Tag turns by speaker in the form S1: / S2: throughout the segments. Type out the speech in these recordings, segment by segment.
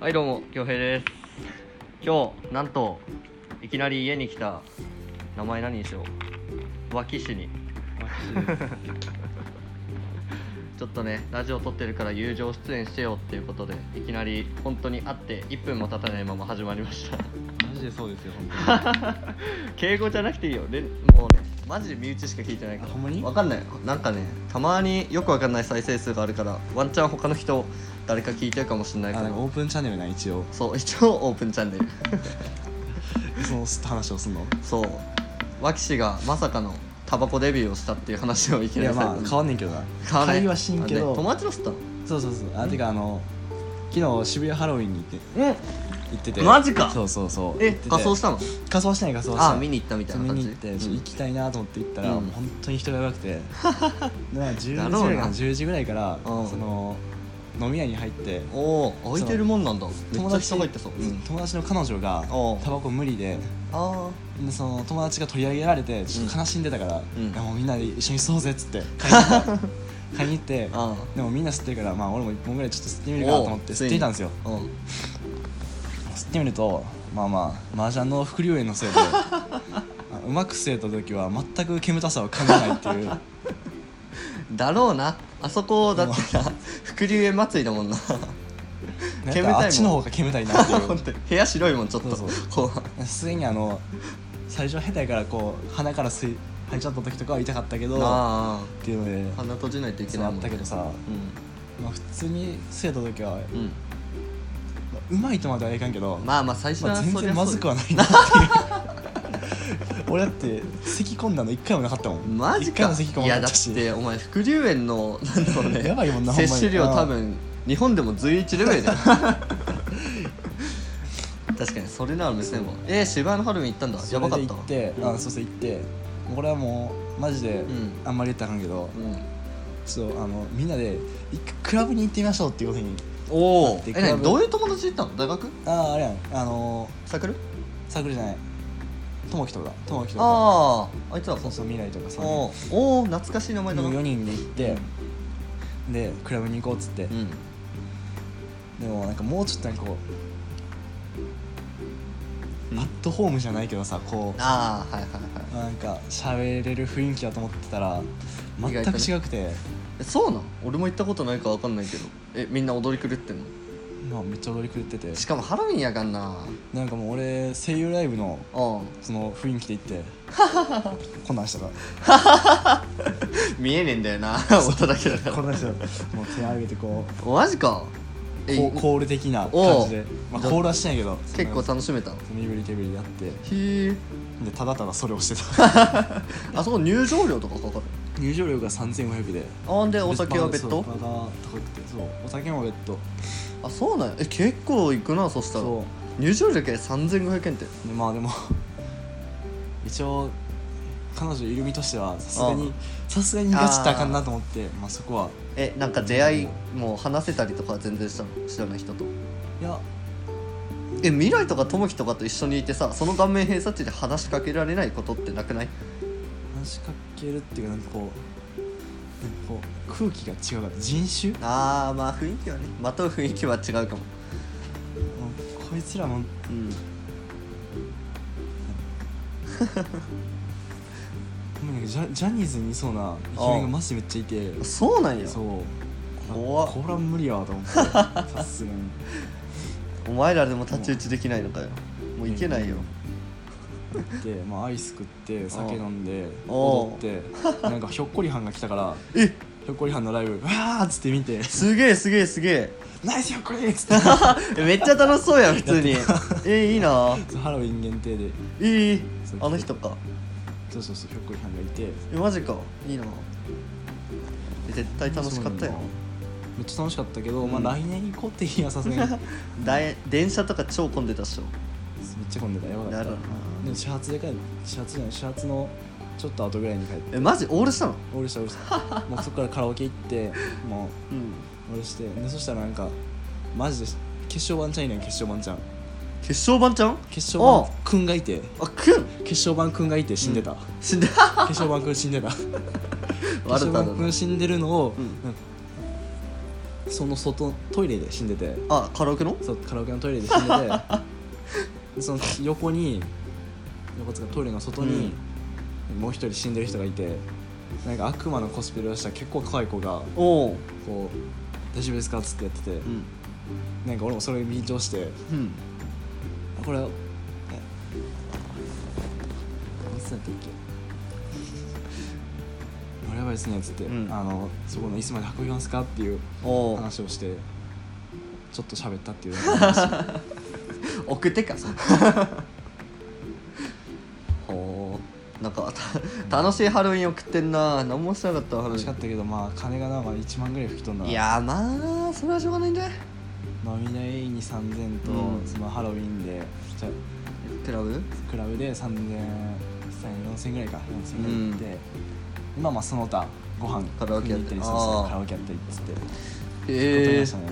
S1: はいどうも恭平です今日なんといきなり家に来た名前何にしよう脇市に ちょっとねラジオ撮ってるから友情出演してよっていうことでいきなり本当に会って1分も経たないまま始まりました
S2: マジでそうですよ本
S1: 敬語じゃなくていいよでもうねマジで身内しか聞いてないから
S2: あほんまに
S1: わかんないなんかねたまによくわかんない再生数があるからワンチャン他の人誰か聞いてるかもしれな
S2: 当
S1: い
S2: に
S1: か
S2: あ
S1: ら
S2: なんかオープンチャンネルな一応
S1: そう一応オープンチャンネル
S2: その話をすんの
S1: そう脇氏がまさかのタバコデビューをしたっていう話をいき
S2: い
S1: な
S2: や
S1: りさ
S2: まあ
S1: れた
S2: 変わんねんけどな
S1: 買わない
S2: 会話しんけ
S1: あ
S2: ど
S1: ね友達の吸ったの
S2: そうそうそうあてかあの昨日渋谷ハロウィンに行って
S1: うん
S2: 行ってて
S1: マジか
S2: そうそうそう
S1: え
S2: 行ってて
S1: 仮装したの
S2: 仮装してない仮装してない
S1: あ見に行ったみたいな
S2: 見
S1: 感
S2: に
S1: じ
S2: 行ってちょっと行きたいなと思って行ったら、
S1: うん
S2: もう本当に人がやばく てでなんか10時
S1: だ
S2: ぐ
S1: ろう
S2: らい
S1: な
S2: かな10時ぐらいからそ
S1: うん
S2: の飲み屋に入って
S1: うんおお空いてるもんなんだめっちゃ人がいてそう、うん、
S2: 友達の彼女が
S1: おう
S2: タバコ無理で
S1: あ
S2: でその友達が取り上げられてちょっと悲しんでたから、
S1: うん
S2: いやもうみんなで一緒に吸おうぜっ つって買いに行った買いに行って
S1: ああ
S2: でもみんな吸ってるから、まあ、俺も1本ぐらいちょっと吸ってみ
S1: あ
S2: るかなと思って吸ってみたんですよ
S1: うん
S2: 吸ってみるとまあまあ麻雀の副流煙のせ いであうまく吸えた時は全く煙たさを感じない っていう
S1: だろうなあそこだってな伏流園祭りだもんな煙たいもん
S2: なんかあっちの方が煙たいなってい
S1: 本
S2: う
S1: 当に部屋白いもんちょっと
S2: そう
S1: こう
S2: 普通にあの最初下手やからこう鼻から吸い吐いちゃった時とかは痛かったけどっ
S1: あ
S2: ていうので
S1: あ鼻閉じないといけ
S2: そう
S1: な
S2: あ
S1: いも
S2: っ
S1: ん
S2: たけどさ、まあ、普通に吸えた時は、まあ
S1: うん、
S2: うまいとまではいかんけど、
S1: うん、まあまあ最初
S2: ま
S1: は
S2: あ
S1: そりゃそうだ
S2: 全然
S1: よ
S2: まずくはないなっていう 俺だって咳込んだの一回もなかったもん
S1: マジ
S2: 一回
S1: か
S2: も咳込
S1: い
S2: ま
S1: や
S2: なか
S1: だ
S2: ったし
S1: ってお前副流炎 のなんだろうね
S2: やばいもんなほんまに
S1: 摂取量多分日本でも随一レベル だよ確かにそれなら無線もえー、渋谷のハルミ行ったんだやばかった
S2: それで行ってあそうそう行ってこれはもうマジで、
S1: ん
S2: あんまり言ったらあかんけど、
S1: うん
S2: ちょっとあのみんなで一回クラブに行ってみましょうっていうことに
S1: おお
S2: だって
S1: え
S2: クラブ
S1: 何どういう友達行ったの大学
S2: あああれやんあの
S1: サークル
S2: サークルじゃない友樹とか友樹とか
S1: あああいつら
S2: そうそう未来とかさ
S1: おーおー懐かしい名前だな
S2: 4人で行ってでクラブに行こうっつって、
S1: うん
S2: でもなんかもうちょっとなんかこうアットホームじゃないけどさこう
S1: ああはいはいはい
S2: なんか喋れる雰囲気だと思ってたら
S1: 意外
S2: 全
S1: と
S2: く
S1: ね
S2: 違くて、
S1: えそうなん俺も行ったことないかわかんないけどえみんな踊り狂ってんの
S2: まあ、めっちゃ踊り狂ってて
S1: しかもハロウィンやかんな
S2: なんかもう俺声優ライブの
S1: うん
S2: その雰囲気で行ってこんなんしたら
S1: 見えねえんだよな音だけだか
S2: こん
S1: ら
S2: なんしたらもう手上げてこう
S1: マジかえ
S2: こうコール的な
S1: おう
S2: 感じで、まあ、コールはしてないけど
S1: 結構楽しめたへ
S2: 身振り手振りやってで
S1: え
S2: ただただそれをして た
S1: あそこ入場料とかかかる
S2: 入場料が3500で
S1: あんでお酒は別
S2: そう
S1: 途
S2: バカ高くてそうお酒も別途
S1: あそうなんやえ結構行くなそしたら
S2: そ
S1: 入場料だけで3500円って
S2: うでまあでも 一応彼女いる身としてはさすがにさすがにガチったらあかんなと思ってまあそこは
S1: えなんか出会いもう話せたりとかは全然したの知らない人と
S2: いや
S1: え未来とか友樹とかと一緒にいてさその顔面偏差値で話しかけられないことってなくない
S2: 話しかけるっていうかなんかこうなんかこう空気が違うから人種も
S1: あーまあ雰囲気はねまとう雰囲気は違うかも
S2: うこいつら
S1: う
S2: も
S1: ん
S2: もうなんかジャジャニーズにいそうなイケメンがマジでめっちゃいて
S1: そうなんや
S2: そう
S1: 怖っ
S2: これは無理やわと思 ってさすがに
S1: お前らでも太刀打ちできないのかよもういけないよ
S2: で、まあ、アイス食って酒飲んで
S1: おう
S2: 踊ってなんかひょっこりはんが来たから
S1: え
S2: ひょっこりはんのライブ「うわー!」っつって見 て
S1: すげえすげえすげえ
S2: 「ナイスひょっこり!」っつって
S1: えめっちゃ楽しそう やん普通にえいいな
S2: ハロウィン限定で
S1: いい
S2: そう
S1: あの人か
S2: そうそうそうひょっこりはんがいて
S1: えマジかいいなえ絶対楽しかったよ
S2: めっちゃ楽しかったけど、
S1: うん
S2: まあ来年行こうって日はさすが にめっ
S1: だい電車とか超混んでたっしょ
S2: ちゃ混んでたやばか
S1: な
S2: っ
S1: るほど
S2: た
S1: な
S2: でも始発で帰る始発じゃない始発のちょっと後ぐらいに帰って
S1: えマジオールしたの
S2: 俺した俺した もうそこからカラオケ行ってもう
S1: うん
S2: 俺してでそしたらなんかマジで決勝番ちゃんいない決勝番ちゃん
S1: 決勝版ちゃん
S2: 決勝
S1: あ
S2: 版くんがいて
S1: あくん
S2: 決勝版くんがいて死んでた、
S1: 死 んだ
S2: 決勝版くん死んでた決
S1: 笑
S2: 勝
S1: った
S2: 版
S1: だ
S2: く
S1: なん
S2: 死んでるのを、
S1: うん
S2: なんかその外トイレで死んでて
S1: あカラオケの
S2: そうカラオケのトイレで死んでて でその横に横つうかトイレの外に、もう一人死んでる人がいてなんか悪魔のコスプレをした結構可愛い子が
S1: おお
S2: こう「大丈夫ですか?」っつってやってて、
S1: うん
S2: なんか俺もそれに便乗して
S1: うん
S2: あこれえいつだったっけあれやばいですねっつって、
S1: うん
S2: あのそこの椅子まで運びますかっていう
S1: おお
S2: 話をしてちょっと喋ったっていうだけの話
S1: 送 ってかそれほうなんかた楽しいハロウィン送ってんな何もしなかった
S2: 楽
S1: 話
S2: しかったけどまあ金がなんか1万ぐらい吹き飛んだ
S1: いやーまあそれはしょうがないんじゃない
S2: 飲み代に3000と、
S1: うん
S2: そのハロウィンでじゃ
S1: クラブ
S2: クラブで3000 4000ぐらいか4000ぐらい行って、今まあその他ご飯
S1: カラオケやって
S2: 食いに行ったりそう
S1: あ
S2: そ
S1: ー
S2: うカラオケやったりっつって断り
S1: え
S2: ましたね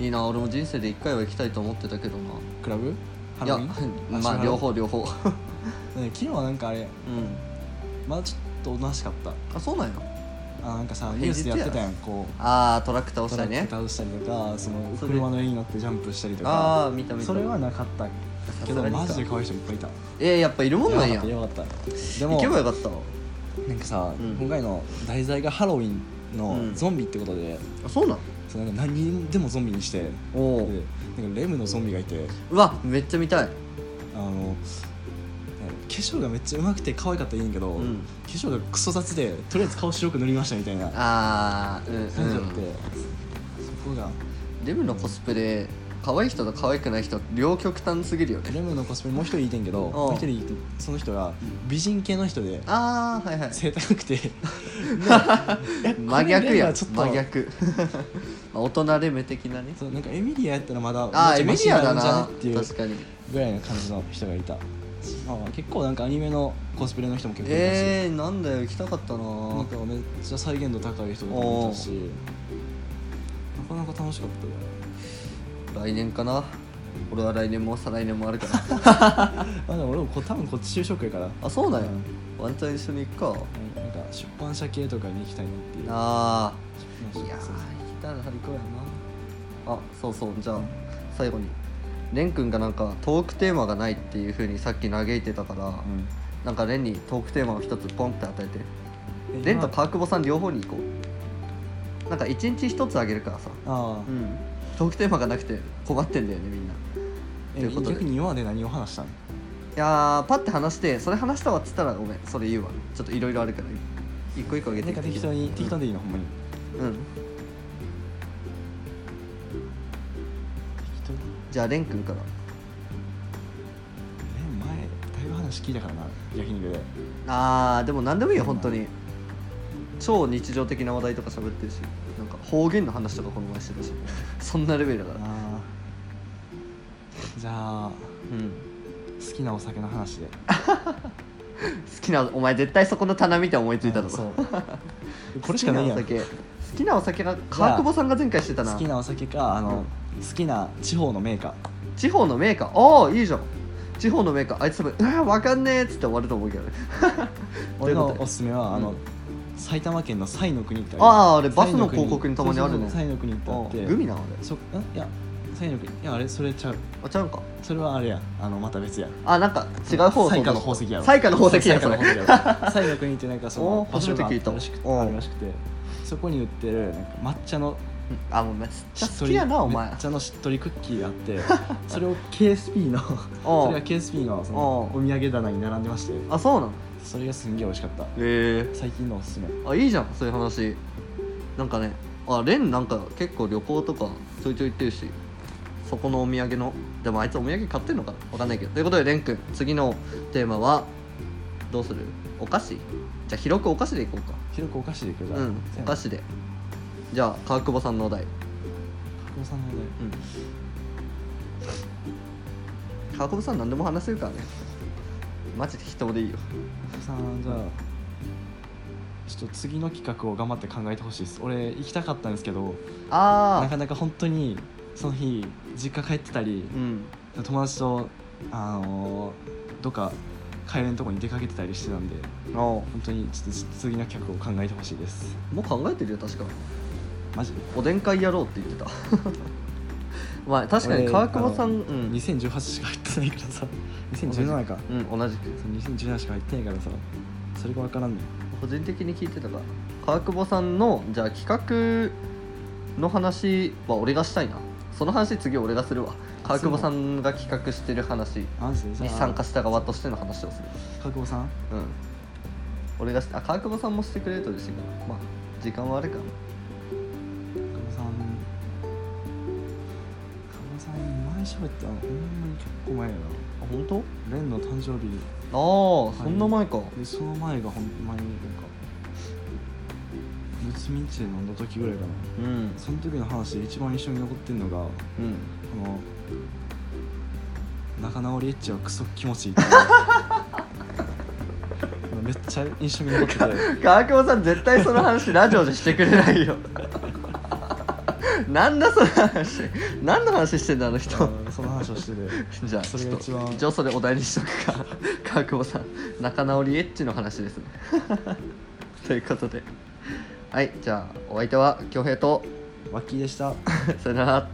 S1: いいな俺も人生で一回は行きたいと思ってたけどな
S2: クラブハ
S1: い
S2: ロ
S1: や
S2: ウィン
S1: まあ両方
S2: だ
S1: 両方
S2: って昨日はなんかあれ
S1: うん
S2: まだちょっとおとなしかった
S1: あそうなんや
S2: あなんかさ
S1: 平日
S2: ニュースでやってたやんこう
S1: ああトラック倒し
S2: ト
S1: た
S2: ラ
S1: り
S2: ッ
S1: ね
S2: ク倒したりとかその
S1: それ
S2: 車の上に乗ってジャンプしたりと
S1: あ
S2: か
S1: あ見た見た
S2: それはなかったけ
S1: さす
S2: ど
S1: がにか
S2: マジで可愛い人いっぱいいた
S1: えー、やっぱいるもんなんや
S2: やばかったやばかったでも
S1: 行けばよかったわ
S2: なんかさ、
S1: うん
S2: 今回の題材がハロウィンの
S1: うん
S2: ゾンビってことで、
S1: あそうなん
S2: そのなんか何人でもゾンビにしてで
S1: お
S2: な
S1: お
S2: んかレムのゾンビがいて
S1: うわめっちゃ見たい
S2: あのね化粧がめっちゃうまくて可愛かったらいいんやけど、
S1: うん
S2: 化粧がクソ雑でとりあえず顔白く塗りましたみたいな
S1: ああうん、
S2: 感じだって、
S1: うん、
S2: そこが
S1: デブのコスプレ可愛い人と可愛くない人両極端すぎるよね
S2: レムのコスプレもう一人いてんけど
S1: ん
S2: もう一人いてその人が美人系の人で
S1: ああはいはい
S2: 背高く てねえこれ
S1: 真逆
S2: レム
S1: や
S2: はちょっと
S1: 真逆 まあ大人レム的なね
S2: そうなんかエミリアやったらまだ
S1: ああ
S2: も
S1: エ
S2: う
S1: ミ
S2: ちょいマシ
S1: リアだ
S2: んじゃね
S1: な
S2: っていう
S1: 確かに
S2: ぐらいの感じの人がいた、まあまあ、結構なんかアニメのコスプレの人も結構いたし、
S1: えー、なんだよ行きたかったな
S2: なんかめっちゃ再現度高い人とかもいたしなかなか楽しかったよ
S1: 来年かな俺は来年も再来年もあるから
S2: まあでも俺もこ多分こっち就職やから
S1: あそうなんや
S2: うん
S1: ワンチャン一緒に行くか
S2: なんか出版社系とかに行きたいなっていう
S1: ああ
S2: 出
S1: いやー行
S2: 版社
S1: きたら最高やなあそうそうじゃあ最後に蓮くんがなんかトークテーマがないっていうふうにさっき嘆いてたから、
S2: うん
S1: なんか蓮にトークテーマを一つポンって与えて
S2: え
S1: 蓮と
S2: 今
S1: 川久保さん両方に行こうなんか一日一つあげるからさ
S2: ああ
S1: うんトークテーマがなくて困ってんだよねみんな
S2: え
S1: ということで
S2: 逆に今まで何を話したの
S1: いやーパッて話してそれ話したわっつったらごめんそれ言うわちょっといろいろあるから一個一個あげて
S2: なん
S1: い
S2: か適当に適当でいいのほんまに
S1: うん
S2: 適当に
S1: じゃあ蓮くんから
S2: え前だいぶ話聞いたからな焼肉で
S1: あーでも何でもいいよ本当に超日常的な話題とか喋ってるしなんか方言の話とかこの前してた しそんなレベルだから
S2: あーじゃあ
S1: うん
S2: 好きなお酒の話で
S1: 好きなお前絶対そこの棚見て思いついた
S2: あ
S1: の
S2: そう これしかないやん
S1: 好きなお酒好きなお酒が川久保さんが前回してたな
S2: 好きなお酒かあの、好きな地方のメーカ
S1: 地方のメーカーああいいじゃん地方のメーカーあいつ多分「うわ分かんねえ」っつって終わると思うけどね
S2: ー
S1: とい
S2: 俺
S1: うこと
S2: の
S1: で
S2: おすすめは、あ
S1: う
S2: の
S1: ん
S2: 埼玉県のサイの国って
S1: あーあれ
S2: る
S1: バスの広告にたまにあるね
S2: サイの国ってあって
S1: グミなのあれ
S2: そんいやサイの国いやあれそれちゃう
S1: あちゃうんか
S2: それはあれやあのまた別や
S1: あなんか違う方
S2: 彩花の宝石やろ
S1: 彩花の宝石や
S2: 彩
S1: そ
S2: 花
S1: れ
S2: の宝石 やろ彩の国ってなんかそ
S1: お
S2: の
S1: ー
S2: 場所があ
S1: 初めて聞いた
S2: るらしくて
S1: うん
S2: あるらしくてそこに売ってるなんか抹茶の
S1: あもうめっちゃ
S2: しっと
S1: 好
S2: り
S1: きやなお前
S2: 抹茶のしっとりクッキーがあって それを KSP のそれが KSP のその
S1: う
S2: お土産棚に並んでまして
S1: あそうなの
S2: それがすんげえ美味しかった
S1: へえ
S2: 最近のおすすめ
S1: あいいじゃんそういう話なんかねあレンなんか結構旅行とかちょいちょい行ってるしそこのお土産のでもあいつお土産買ってんのかなわかんないけどということでレン君次のテーマはどうするお菓子じゃあ広くお菓子でいこうか
S2: 広くお菓子でいくじゃ
S1: うんお菓
S2: 子
S1: 子でじゃあ川久保さんのお題
S2: さんのね
S1: うん川久保さん何でも話せるからねマジで適当でいいよ
S2: お子さんじゃあちょっと次の企画を頑張って考えてほしいです俺行きたかったんですけどな
S1: あ
S2: かなか本当にその日実家帰ってたり
S1: あうん
S2: 友達とあのーどっか帰れんとこに出かけてたりしてたんで
S1: ああも
S2: 本当にちょっと次の企画を考えてほしいです
S1: う考えてるよ確か
S2: マジ
S1: おでん会やろうって言ってた まあ確かに
S2: 俺
S1: 川久保さん
S2: あ
S1: う
S2: の
S1: ん、
S2: 2018しか入ってないからさ2017か
S1: うん、同じく
S2: そう2017しか入ってないからさそれが分からんね
S1: 個人的に聞いてたから川久保さんのじゃあ企画の話は俺がしたいなその話次俺がするわ川久保さんが企画してる話
S2: マジでじゃ
S1: に
S2: あ
S1: 参加した側としての話をする
S2: 川久保さん
S1: うん俺がしあ川久保さんもしてくれると嬉しいかなまあ時間はあれかな
S2: 川久保さん川久保さん前喋ったのほんまに結構前やな
S1: あ本当
S2: 蓮の誕生日
S1: ああ、そんな前か
S2: でその前がほんまになんかむつみんちで飲んだ時ぐらいかな
S1: うん
S2: その時の話で一番印象に残ってんのが
S1: うん
S2: この仲直りエッチはクソ気持ちいいってめっちゃ印象に残ってて
S1: 川久保さん絶対その話ラジオでしてくれないよなんだその話何の話してんだあの人
S2: うんその話をしてて
S1: じゃあ
S2: そ
S1: ち
S2: れ
S1: ょ
S2: が
S1: っ
S2: 一番
S1: と一応それお題にしとくか川久保さん仲直りエッチの話ですね ということではいじゃあお相手は恭平と
S2: 脇でした
S1: さよなら